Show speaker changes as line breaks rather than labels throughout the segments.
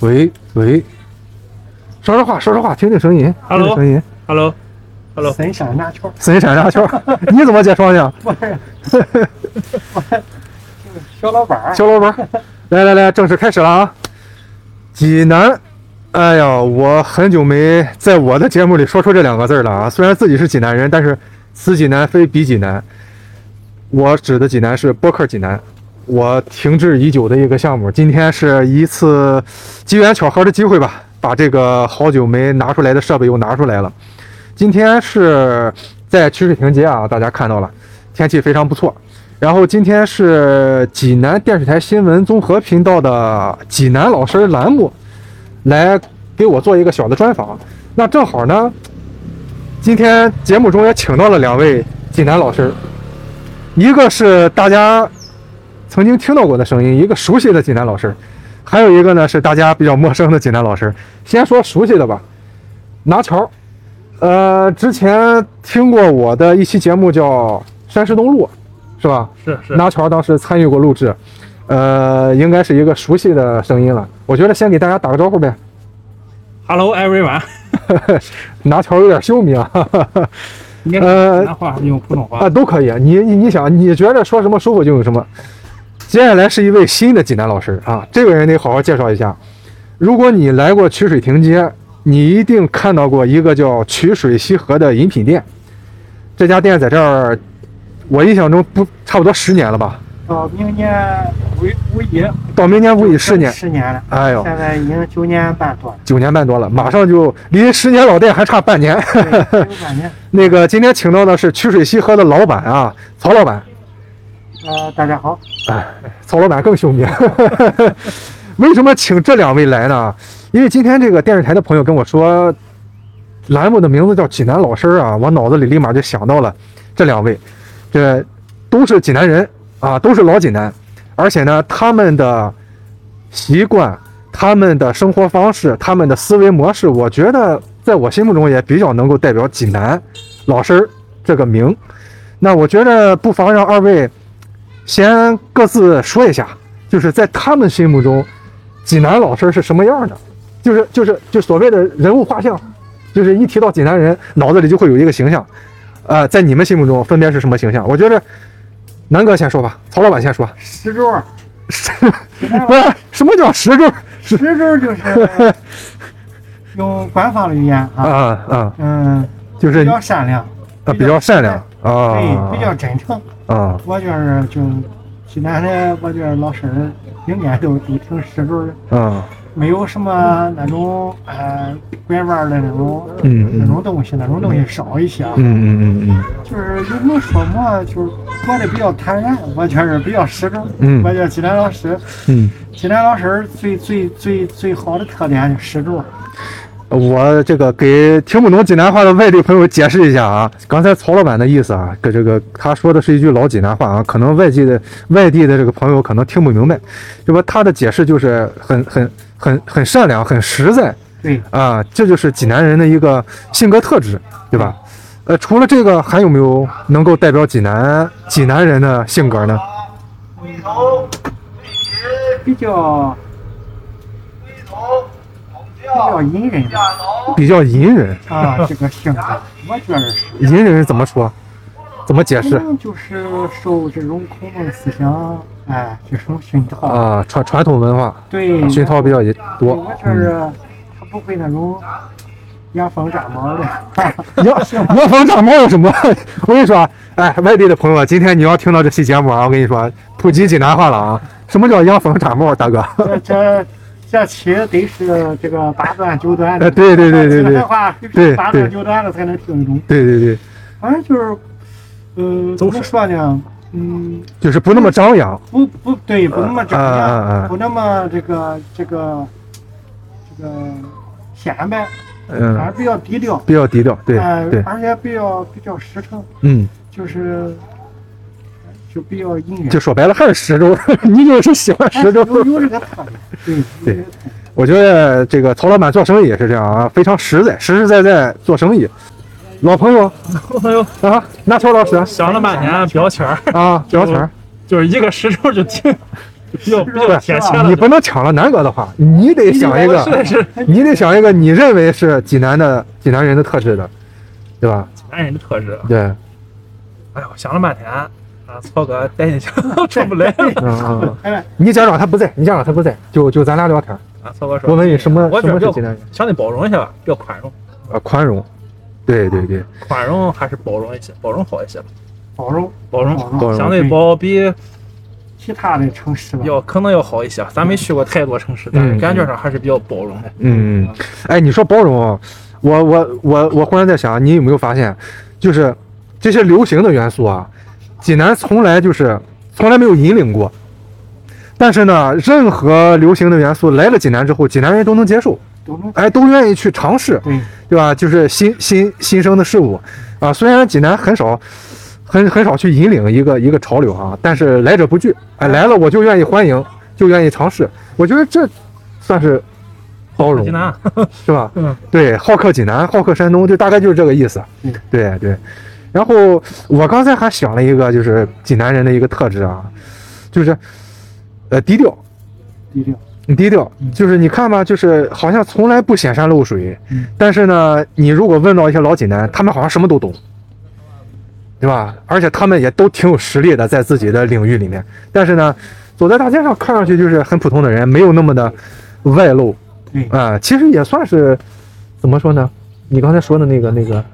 喂喂，说说话，说说话，听听声音，听听
Hello
声音。
Hello，Hello，
谁想拉圈儿？
谁闪啥圈儿？你怎么解窗的？
不是，我肖老板儿，
肖老板儿，来来来，正式开始了啊！济南，哎呀，我很久没在我的节目里说出这两个字儿了啊。虽然自己是济南人，但是此济南非彼济南。我指的济南是播客济南，我停滞已久的一个项目。今天是一次机缘巧合的机会吧，把这个好久没拿出来的设备又拿出来了。今天是在曲水亭街啊，大家看到了，天气非常不错。然后今天是济南电视台新闻综合频道的济南老师栏目，来给我做一个小的专访。那正好呢，今天节目中也请到了两位济南老师，一个是大家曾经听到过的声音，一个熟悉的济南老师，还有一个呢是大家比较陌生的济南老师。先说熟悉的吧，拿桥儿，呃，之前听过我的一期节目叫《山石东路》，是吧？
是是，
拿桥当时参与过录制，呃，应该是一个熟悉的声音了。我觉得先给大家打个招呼呗。
Hello everyone，
拿桥有点羞迷啊，
应该
呃
是南话用普通话
呃
啊，。都可以。你你你想，你觉得说什么舒服就用什么。接下来是一位新的济南老师啊，这个人得好好介绍一下。如果你来过曲水亭街，你一定看到过一个叫曲水西河的饮品店。这家店在这儿，我印象中不差不多十年了吧？
到哦明年五五一
到明年不以十年，
十年了，
哎呦，，
现在已经九年半多了
九年半多了，马上就离十年老店还差半年。
对，九八年。
那个今天请到的是曲水西河的老板啊，曹老板。
呃，大家好，
哎，曹老板更 凶哈。为什么请这两位来呢？因为今天这个电视台的朋友跟我说，栏目的名字叫《济南老师》啊，我脑子里立马就想到了这两位，这都是济南人啊，都是老济南，而且呢，他们的习惯、他们的生活方式、他们的思维模式，我觉得在我心目中也比较能够代表济南老师这个名。那我觉得不妨让二位先各自说一下，就是在他们心目中，济南老师是什么样的？就是就是就所谓的人物画像，就是一提到济南人，脑子里就会有一个形象。呃，在你们心目中分别是什么形象？我觉得南哥先说吧，曹老板先说。
石柱儿，济南
不是什么叫石柱
石柱儿就是用官方的语言
啊
啊，
啊，
嗯，
就是
比较善良，
呃比较善良啊，
对，比较真诚。
啊
我觉着就济南的，我觉着老师儿应该都都挺石柱儿的。
啊
没有什么那种呃拐弯儿的那种
嗯嗯
那种东西，那种东西少一些啊。
嗯嗯嗯嗯
就是有没有说嘛，就是过得比较坦然，我觉得比较适中。
嗯
我觉得济南老师，
嗯。
济南老师最最最最好的特点就是适中。
我这个给听不懂济南话的外地朋友解释一下啊，刚才曹老板的意思啊，跟这个他说的是一句老济南话啊，可能外地的外地的这个朋友可能听不明白，这不他的解释就是很很很很善良，很实在
对，
啊，这就是济南人的一个性格特质，对吧？呃，除了这个，还有没有能够代表济南济南人的性格呢？
比较比较隐忍吧
比较隐忍，
啊，这个性格，我觉得是。
隐忍是怎么说？怎么解
可
释？
能就是受这种孔孟思想，哎，这种熏陶。
啊，传传统文化
对，
熏陶比较也多。
我觉
嗯
着他不会那种压风炸毛的，
要要风长毛有什么？ 我跟你说啊，哎，外地的朋友，今天你要听到这期节目啊，我跟你说，普及济南话了啊。什么叫养蜂长毛，大哥？
这这这棋得是这个八段九段
哎，
的。
对对对对
这
对
个话
对
八
对
段九段的才能听得懂。
对对对，
反正就是，呃，
走
怎么说呢？嗯，
就是不那么张扬。
不不对，不那么张
啊啊啊
扬，不那么这个这个这个显摆，反
嗯
而，比较低调。
比较低调。对
哎
对，
而且比较比较实诚，
嗯，
就是就比较隐忍。
就说白了还是石头，你就是喜欢
哎
石头。
有有这个特点，对
对
有这个特点
我觉得这个曹老板做生意也是这样啊，非常实在，实实在在做生意。老朋友
哎呦，
啊，那乔老师
想了半天标签儿，
啊，聊天儿
就是一个石头就听比较比较贴切
你
了。
不能抢了南哥的话，你得想一个，
是是
你得想一个你认为是济南的济南人的特质的，对吧？
济南人的特质。
对，
哎呦，想了半天，啊，操哥带进去 出不来了。
嗯嗯，
哎，
你家长他不在，你家长他不在，就就咱俩聊天，
啊，操哥说，
我问你什么
我
什
觉
么
得
是
要
济南人
相对包容一些吧，要宽容，
啊？宽容，对对对，
宽容还是包容一些，包容好一些吧，
包容
包容
包容
包容
相对包比
其他的城市吧，
要可能要好一些。咱没去过太多城市，但
嗯
是感觉上还是比较包容的。
嗯，哎，你说包容，我我我我忽然在想，你有没有发现，就是这些流行的元素啊，济南从来就是从来没有引领过，但是呢，任何流行的元素来了济南之后，济南人都能接受，
都能
哎，都愿意去尝试，
对
对吧？就是新新新生的事物啊，虽然济南很少。很很少去引领一个一个潮流啊，但是来者不拒，哎，来了我就愿意欢迎，就愿意尝试，我觉得这算是包容
济，南，
是吧？
嗯，
对，好客济南，好客山东，就大概就是这个意思
嗯。
对对。然后我刚才还想了一个，就是济南人的一个特质啊，就是呃低调，
低调，
低调。
嗯
就是你看吧，就是好像从来不显山露水，
嗯
但是呢，你如果问到一些老济南，他们好像什么都懂，对吧？而且他们也都挺有实力的，在自己的领域里面。但是呢，走在大街上看上去就是很普通的人，没有那么的外露。
对，
啊、其实也算是怎么说呢？你刚才说的那个、那个、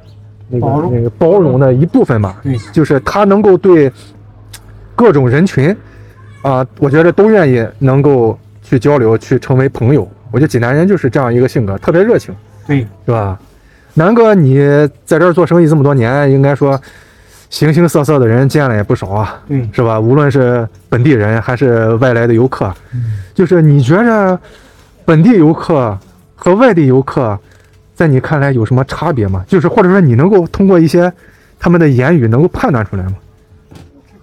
那
包
个、
容
那个包容的一部分吧，
对
嗯就是他能够对各种人群啊、我觉得都愿意能够去交流，去成为朋友。我觉得济南人就是这样一个性格，特别热情，
对，
是吧？南哥，你在这儿做生意这么多年，应该说形形色色的人见了也不少啊。
对，
是吧？无论是本地人还是外来的游客，
嗯
就是你觉着本地游客和外地游客，在你看来有什么差别吗？就是或者说你能够通过一些他们的言语能够判断出来吗？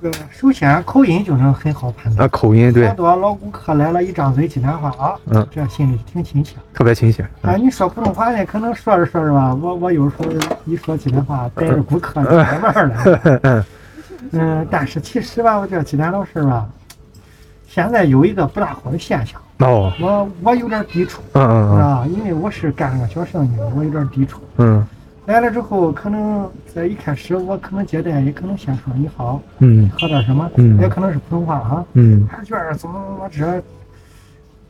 这个首先口音就能很好判断。
啊，口音对
好，多老顾客来了，一张嘴济南话啊，
嗯
这心里挺亲切。
特别亲切。
啊，你说普通话呢，可能说着说着吧，我我有时候一说济南 话，带着顾客就慢慢了。
嗯嗯
嗯，但是其实吧，我觉得济南老师吧，现在有一个不大好的现象，
哦，
我我有点抵触
嗯嗯
啊，因为我是干了个小生意，我有点抵触。
嗯
来了之后，可能在一开始我可能接待，也可能先说你好，
嗯
喝点什么，
嗯
也可能是普通话啊，
嗯
他觉得怎么我这，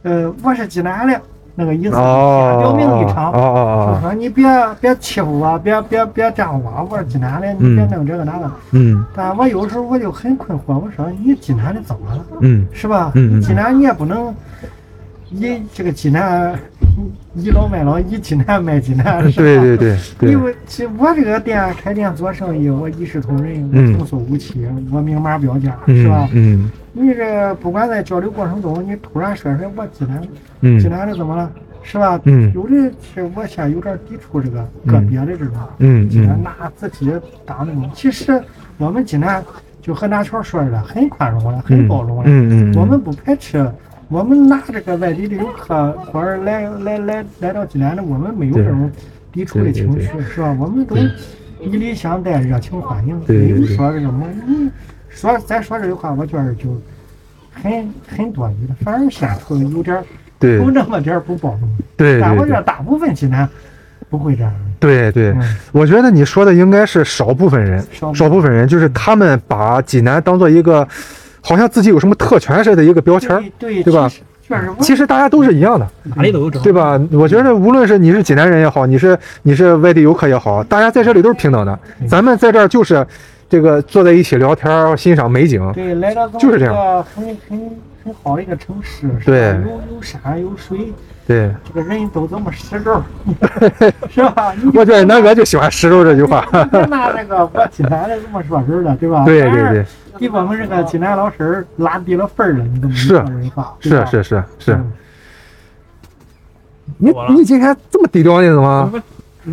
呃，我是济南的，那个意思，
嗯，
表明啊一
哦
场。就
哦哦，
说你别别欺负我，别别别占我，我是济南的，你别弄这个那个。
嗯
但我有时候我就很困惑，我说你济南的怎么了？
嗯
是吧？
嗯嗯嗯
济南你也不能以这个济南倚老卖老，以济南卖济南，
嗯，
是吧？
对对对对
因，为其实我这个店开店做生意，我一视同仁，
嗯
我童叟无欺，我明码标价，是吧
嗯？嗯
你这不管在交流过程中，你突然说说我济南济
嗯
南的怎么了，是吧？
嗯
有的是我现在有点抵触这个个别的这种，
嗯
济南
嗯，
拿自己当那种。其实我们济南就和南桥说的很宽容了，很包容了，
嗯嗯，
我们不排斥。我们拿这个外地的游客或者来来来来到济南的，我们没有
对
这种抵触的
对对
情
对
绪，是吧？我们都以礼相待，热情欢迎，
对
没
对
有
对
说这种你说咱说这句话，我觉得就很很多余的，反而显出有点儿
对
有那么点儿不包容。
对
但我
对
觉
对
得。大部分济南不会这样的。
对对
嗯，
我觉得你说的应该是少部分人
少，部
少部分人就是他们把济南当做一个，好像自己有什么特权似的一个标签儿。
对
对吧？
其实确实我，
其实大家都是一样的，
哪里都有整。
对吧？我觉得无论是你是济南人也好，你是你是外地游客也好，大家在这里都是平等的。
嗯
咱们在这儿就是这个坐在一起聊天儿，欣赏美景。
对来到这
就
么
是
一
这样
个很很很好的一个城市，是吧
对
有有山有水，
对，
这个人都这么实溜儿，是吧？你
我觉得南哥就喜欢石头这句话。
你别拿这个我济南的这么说事儿了，对吧？
对对对，，
给我们这个济南老师拉低了分儿了，你都没
是
说人话，对
是
吧
是是是。
嗯
你
我
你今天这么低调，你怎么
不是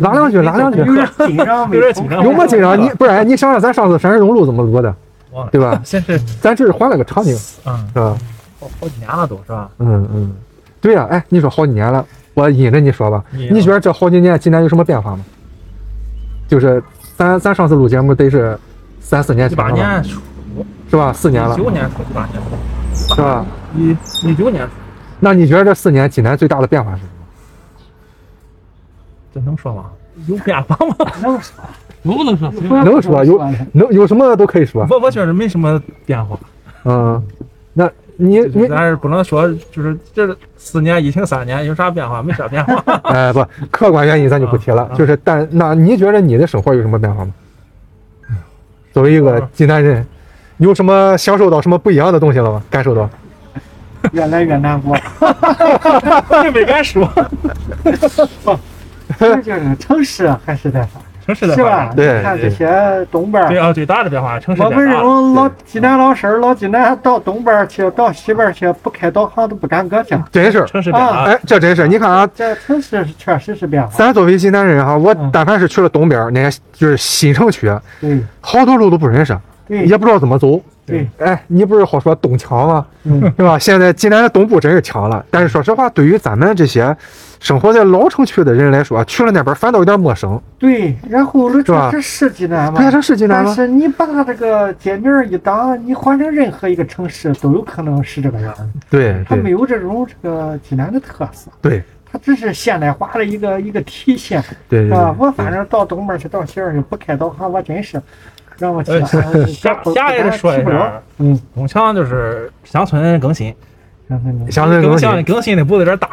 拉两句，拉两句。
有点紧张，
有点紧张
有没紧张？
我
你不然你想想咱上次山水东路怎么录的，
忘了
对吧？
啊先是
咱这是换了个场景，是
嗯，
吧？
好好几年了都是吧？
嗯嗯，对呀、哎，你说好几年了，我引着你说吧，
你
你觉得这好几年济南有什么变化吗？就是咱咱上次录节目得是三四年
一
前
八
了吧，
年出，
是吧？四年了
一，九年出，一八年出，
是吧？
一一九年，
那你觉得这四年济南最大的变化是什么？
这能说吗？有变化 吗？
能说，
能不能说？
不要
能说有能有什么都可以说。
我我觉得没什么变化，
嗯，那你
就是
你
咱是不能说就是这四年疫情三年有啥变化？没啥变化。
哎不，客观原因咱就不提了
啊。
嗯
啊
就是但那你觉得你的生活有什么变化吗？作为一个
嗯
济南人，有什么享受到什么不一样的东西了吗？感受到？
越来越 难过。
这没敢说，
这就是城市还是在发
城市
展，
的
是
发
吧？
展。
对
你看这些东边儿
对啊，最大的啊变化，城市
我
在
们这
发展。
种老济南老婶儿、老济南到东边儿去，到西边儿去，不开导航都不敢搁家。
真是，
城市变
啊
化，
哎，这真是。你看啊，
这城市是确实是变化，
咱作为济南人哈，我
嗯
但凡是去了东边儿，那些就是新城区，
对
好多路都不认识，
对
也不知道怎么走。
对，
哎，你不是好说东强吗？
嗯，
对吧？现在济南的东部真是强了，但是说实话，对于咱们这些生活在老城区的人来说，啊去了那边反倒有点陌生。
对。然后那
是吧
这是济南
不
嘛
是，这是济南
但
吗？
是你把这个界面儿一打，你换成任何一个城市都有可能是这个样儿。
对
它没
对
有这种这个济南的特色，
对
它只是现代化的一个一个体现。
对对
啊，我反
对，
正到东边儿去，到西边儿去，不开导航，我真是让我去
呃下下一个说一下，啊
嗯，
东强就是乡村更新，
让他们
乡村更新，
新更呃新的步子有点 大，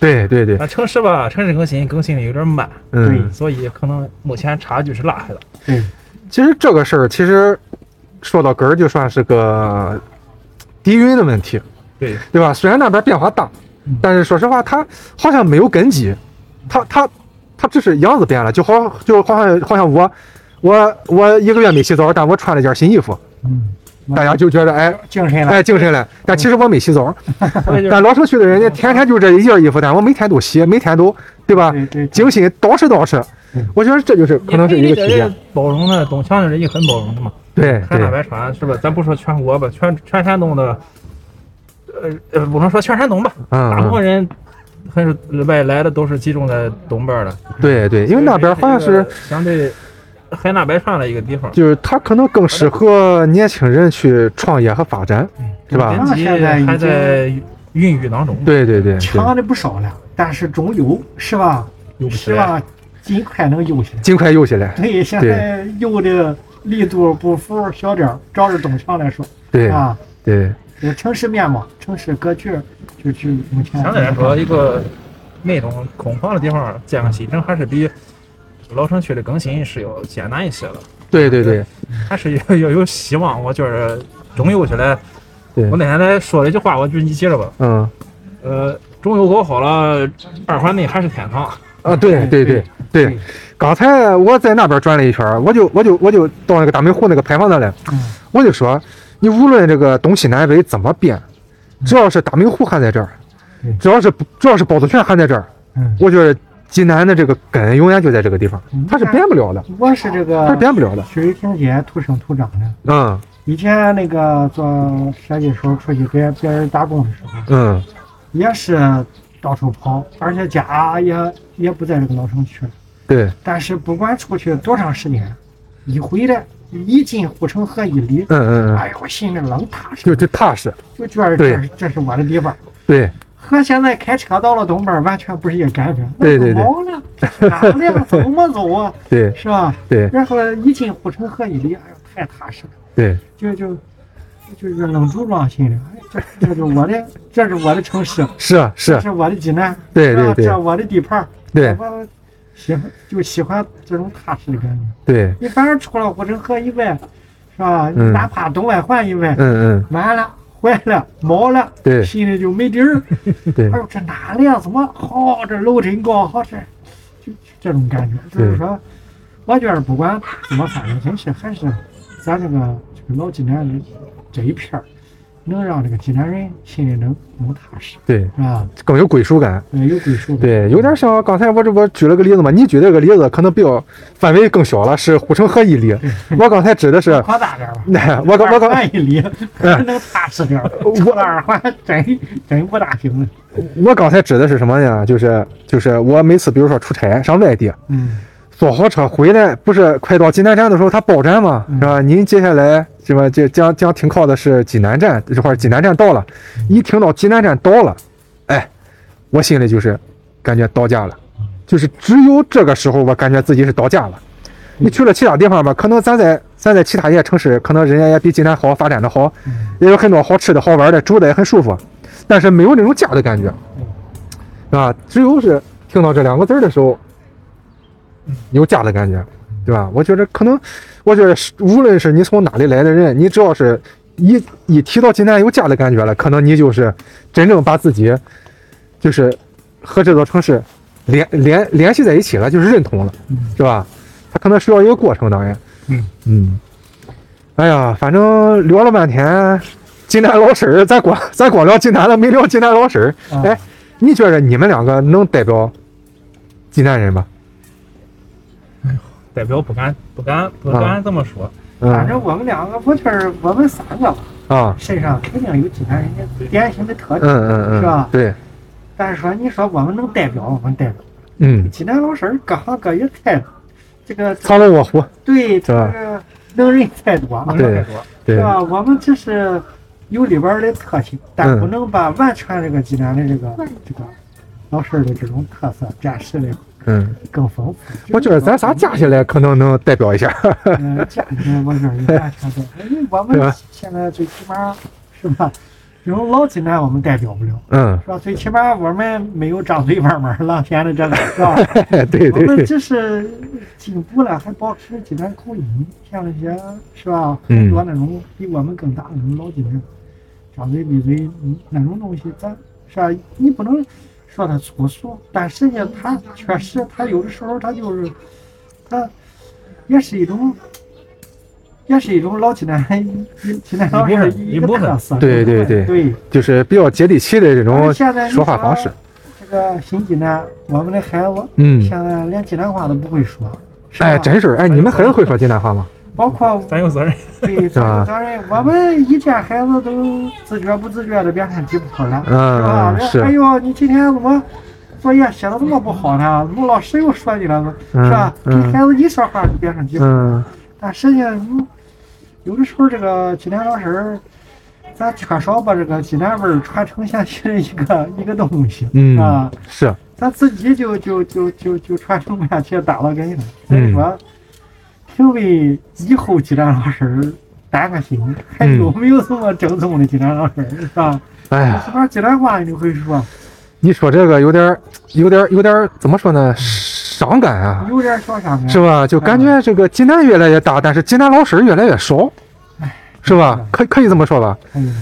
对对对，
那城市吧，城市更新更新的有点慢，
嗯，
所以可能目前差距是拉开的。
对
其实这个事儿，其实说到根儿，就算是个底蕴的问题，
对，
对吧？虽然那边变化大，但是说实话，它好像没有根基，它它它只是样子变了，就好就好像好像我我我一个月没洗澡，但我穿了件新衣服，
嗯，
大家就觉得哎
精神了，
哎精神了，但其实我没洗澡，
所以就是
但老城区的人家天天就这一件衣服，但我每天都洗，每天都对吧？
对对，
精心捯饬捯饬
嗯，
我觉得这就是可能是一个体
也
验
是，包容的，东强的人也很包容的嘛。
对
海纳
对
百川是吧？咱不说全国吧，全全山东的，呃呃，不能说全山东吧，
嗯
大部
嗯
分人还是外来的都是集中在东边的，
对对，因为那边好像是
相对海纳百川的一个地方。
就是它可能更适合年轻人去创业和发展，是吧？
经济还在孕育当中，
对对对对。
强的不少了，但是中游是吧？
有不
是
起来。
吧？尽快能游起来。
尽快游起来。
对，现在游的力度不服小点儿，照着东强来说
对
啊，
对
有城市面貌、城市格局，就去目前
相对来说，一个那种空旷的地方建个新城，还是比老城区的更新是要艰难一些的，
对对对
还是要要有希望。我觉得中游起来，
对
我，那天来说了一句话，我就你记着吧。
嗯
呃，中游搞好了，二环内还是天堂。
啊，对对对对
对。
刚才我在那边转了一圈儿，我就我就我就到那个大明湖那个牌坊那来，
嗯
我就说，你无论这个东西南北怎么变，
嗯
只要是大明湖还在这儿
对，
只要是只要是包子泉还在这儿，
嗯，
我觉得济南的这个根永远就在这个地方
嗯，
它是变不了的，
我是这
它
个
是变不了的。
水亭街土生土长的。
嗯
以前那个做设计的时候，出去给别人打工的时候，
嗯，
也是到处跑，而且家也也不在这个老城区。
对，
但是不管出去多长时间，一回来一进护城河一离，
嗯嗯嗯，
哎呦，我心里冷踏实，
就就踏实，
就觉得
对
这是这是我的地方。
对
和现在开车到了东边完全不是一个感觉。
对对对
毛了，哪 了，走么走啊，
对
是吧？
对
然后一进护城河一离，哎呦，太踏实了。
对，
就就就是冷住装心里，哎，这这是我的，这是我的城市，
是啊是
这
啊，
是我的济南，
对对
这
对
这我的地盘儿，
对
我喜欢就喜欢这种踏实的感觉。
对，
你反正除了护城河以外，是吧？
嗯
哪怕东外环以外，
嗯嗯
完了。坏了，毛了，
对
心里就没 底儿。
嗯对
哎。呦，这哪里啊？怎么好？这楼真高，好这，就就这种感觉。就是
对
说，我觉得不管怎么反正真是还是咱这个这个老济南人这一片儿，能让这个济南人心里能能踏实，
对，
是吧？
更有归属感。
呃，有归属感。
对，有点像刚才我这我举了个例子嘛，你举这个例子可能比较范围更小了，是护城河一里。
嗯
我刚才指的是，
夸大点儿吧。
哎 我刚我
二
刚
环一里还能踏实点儿，出了二环真真不大行了。
我刚才指的是什么呢？就是就是我每次比如说出差上外地，
嗯，
坐火车回来，不是快到济南站的时候，它报站嘛，
嗯
是吧？您接下来什么这将将停靠的是济南站，这会儿济南站到了，一听到济南站到了，哎，我心里就是感觉到家了，就是只有这个时候我感觉自己是到家了。
嗯
你去了其他地方吧，可能咱在咱在其他一些城市，可能人家也比济南好，发展的好，
嗯
也有很多好吃的好玩的，住的也很舒服，但是没有那种家的感觉，啊，只有是听到这两个字儿的时候，有家的感觉，对吧？我觉得可能，我觉得是无论是你从哪里来的人，你只要是一一提到济南有家的感觉了，可能你就是真正把自己就是和这座城市联联联系在一起了，就是认同了，是吧？它可能需要一个过程，当然，
嗯
嗯，哎呀，反正聊了半天，济南老婶儿，咱光咱光聊济南了，没聊济南老婶儿。
啊
哎，你觉着你们两个能代表济南人吗？
代表不敢不敢不敢这么说，
反
嗯
正我们两个，不就是我们三个吧，
啊，
身上肯定有济南人的典型的特
嗯
征，
嗯嗯，
是吧
对，
但是说你说我们能代表，我们代表
嗯，
济南老婶儿各行各业太多，这个
藏龙卧虎，
对
是
这
吧
个能人太多了，
能这么说。
啊对
是，吧？我们就是有里边儿的特性，但
嗯
不能把完全这个济南的这个这个老婶儿的这种特色展示的
嗯，
更丰富。
我觉得咱仨加起来可能能代表一 下，
嗯，家里面我觉得完全对，因为我
是吧
们现在最起码是吧，这种老济南我们代表不了，
嗯，
是吧？最啊起码我们没有张嘴玩玩浪天的这个，是吧？
对 对
我们
对，
只是进步了，还保持济南口音，像那些是吧，
嗯
很多那种比我们更大的那种老济南，张嘴闭嘴嗯那种东西，咱是吧？你不能说它粗俗，但实际它确实，它有的时候它就是，它也是一种。也是一种老济南，济南老
一部
人
分
一个
一部分
特色。
对对对
对，
就是比较接地气的这
我
种
们现在你
说话
说
方式，
这个新济南，我们的孩子
嗯，
现在连济南话都不会说。是吧
哎，真是，哎，你们孩子会说济南话吗？
包括
咱有责任，
对
是吧
咱当然，我们一见孩子都自觉不自觉的变成吉普车了，是吧
嗯，？
人哎
是，
呦，你今天怎么作业写的这么不好呢？怎么老师又说你了？
嗯
是吧？
嗯
跟孩子一说话就变成吉普，
嗯
但实际上嗯有的时候这个济南老师儿，咱缺少把这个济南味儿传承下去的一个一个东西，是吧
嗯？，是，
咱自己就就就就就传承不下去，打到根了。所
嗯
以说，挺为以后济南老师儿担个心，
嗯
还有没有什么正宗的济南老师儿是吧？
哎呀。
起码济南话你就会说，
你说这个有点儿，有点儿，有点儿怎么说呢？伤感啊，
有点小伤感。
是吧？就感觉这个济南越来越大，但是济南老师越来越少，是吧？可以可以这么说吧？
哎呀，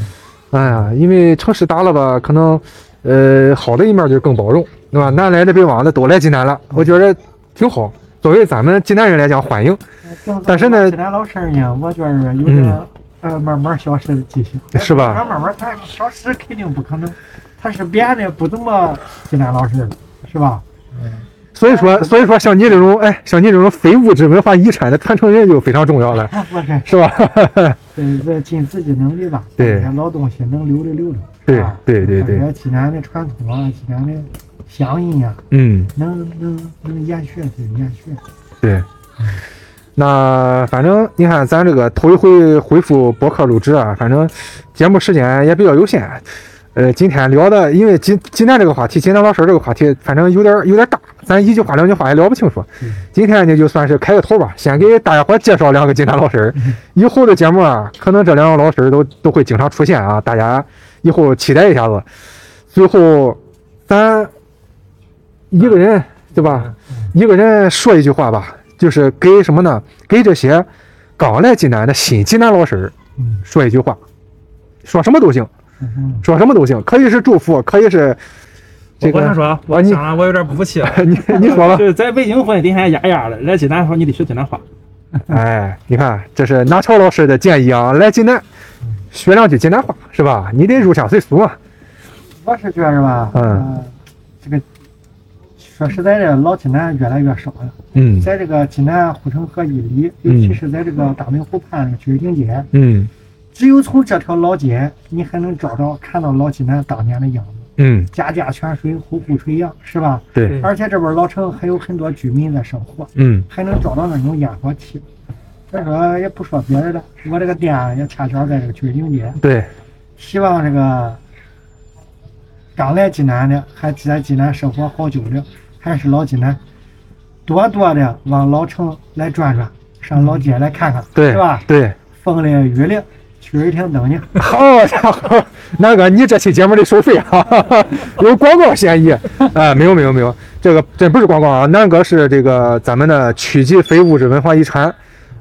哎呀，因为城市大了吧，可能呃好的一面就是更包容，对吧？南来的北往的都来济南了，我觉得挺好。作为咱们济南人来讲，欢迎。
正宗
但是呢嗯
济南老师儿呢，我觉着有点儿呃慢慢消失的迹象，
是吧
慢慢慢慢它消失肯定不可能，它是变得不怎么济南老师儿了，是吧？
所以说，所以说像你这种，哎，像你这种非物质文化遗产的传承人就非常重要了，
我这
是吧？
这这尽自己能力吧，
对
把这老东西能留着留着。
对
啊
对对
感
对，
觉济南的传统啊，济南的乡音啊，
嗯。
能能能延续，对延续。
对，那反正你看，咱这个头一回恢复博客录制啊，反正节目时间也比较有限。呃，今天聊的，因为今今天这个话题，今天老师这个话题，反正有点有点大，咱一句话两句话也聊不清楚。今天呢，就算是开个头吧，先给大家伙介绍两个济南老师儿。以后的节目啊，可能这两个老师儿都都会经常出现啊，大家以后期待一下子。最后，咱一个人对吧？一个人说一句话吧，就是给什么呢？给这些刚来济南的新济南老师儿
嗯
说一句话，说什么都行，
嗯，
说什么都行，可以是祝福，可以是这
我跟他
个。
说，
啊
我
你啊
想了，我有点不服气了。
你你说吧
就，是在北京混的天天哑哑的，来济南说你得学济南话，
哎，你看这是拿乔老师的建议啊，来济南学两句济南话是吧？你得入乡随俗嘛。
我是觉着吧，
嗯
呃，这个说实在的，老济南越来越少了。
嗯
在这个济南护城河以里，尤其是在这个大明湖畔这个曲水亭街，
嗯
只有从这条老街，你还能找着看到老济南当年的样子。
嗯，
家家泉水，户户垂杨，是吧？
对，
而且这边老城还有很多居民在生活，
嗯
还能找到那种烟火气。再说也不说别的了，我这个店啊也恰巧在这个军营街，
对，
希望这个刚来济南的，还在济南生活好久的，还是老济南，多多的往老城来转转，上老街来看看，
嗯对，
是吧？
对，
风里雨里，去儿亭等你。
好家伙，南哥，你这期节目得收费啊， 有广告嫌疑。哎，没有没有没有，这个真不是广告啊，南哥是这个咱们的区级非物质文化遗产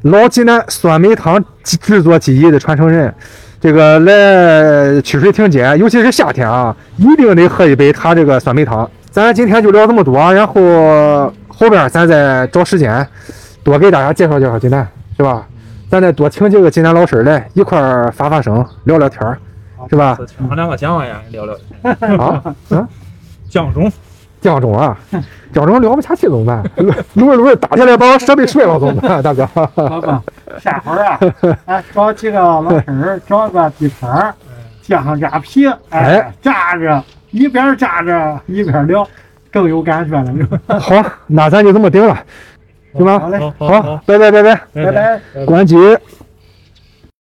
老济南酸梅汤制制作技艺的传承人。这个来曲水亭街，尤其是夏天啊，一定得喝一杯他这个酸梅汤。咱今天就聊这么多，然后后边咱再找时间多给大家介绍介绍济南，是吧？咱再多请几个济南老师来一块儿发发声，聊聊天儿，是吧？
我们两个讲完呀，聊聊
啊啊，
江中
江中啊，江中聊不下去怎么办？录着录着打起来把我设备摔了怎么办，大哥？
老板，下回啊，哎，找几个老婶儿，找个地摊儿，加上鸭皮，
哎
哎，炸着，一边炸着一边聊，更有感觉了。
好，那咱就这么定了，行
好
吧？
嘞，
好好
好，拜拜拜拜，
拜拜。
关机。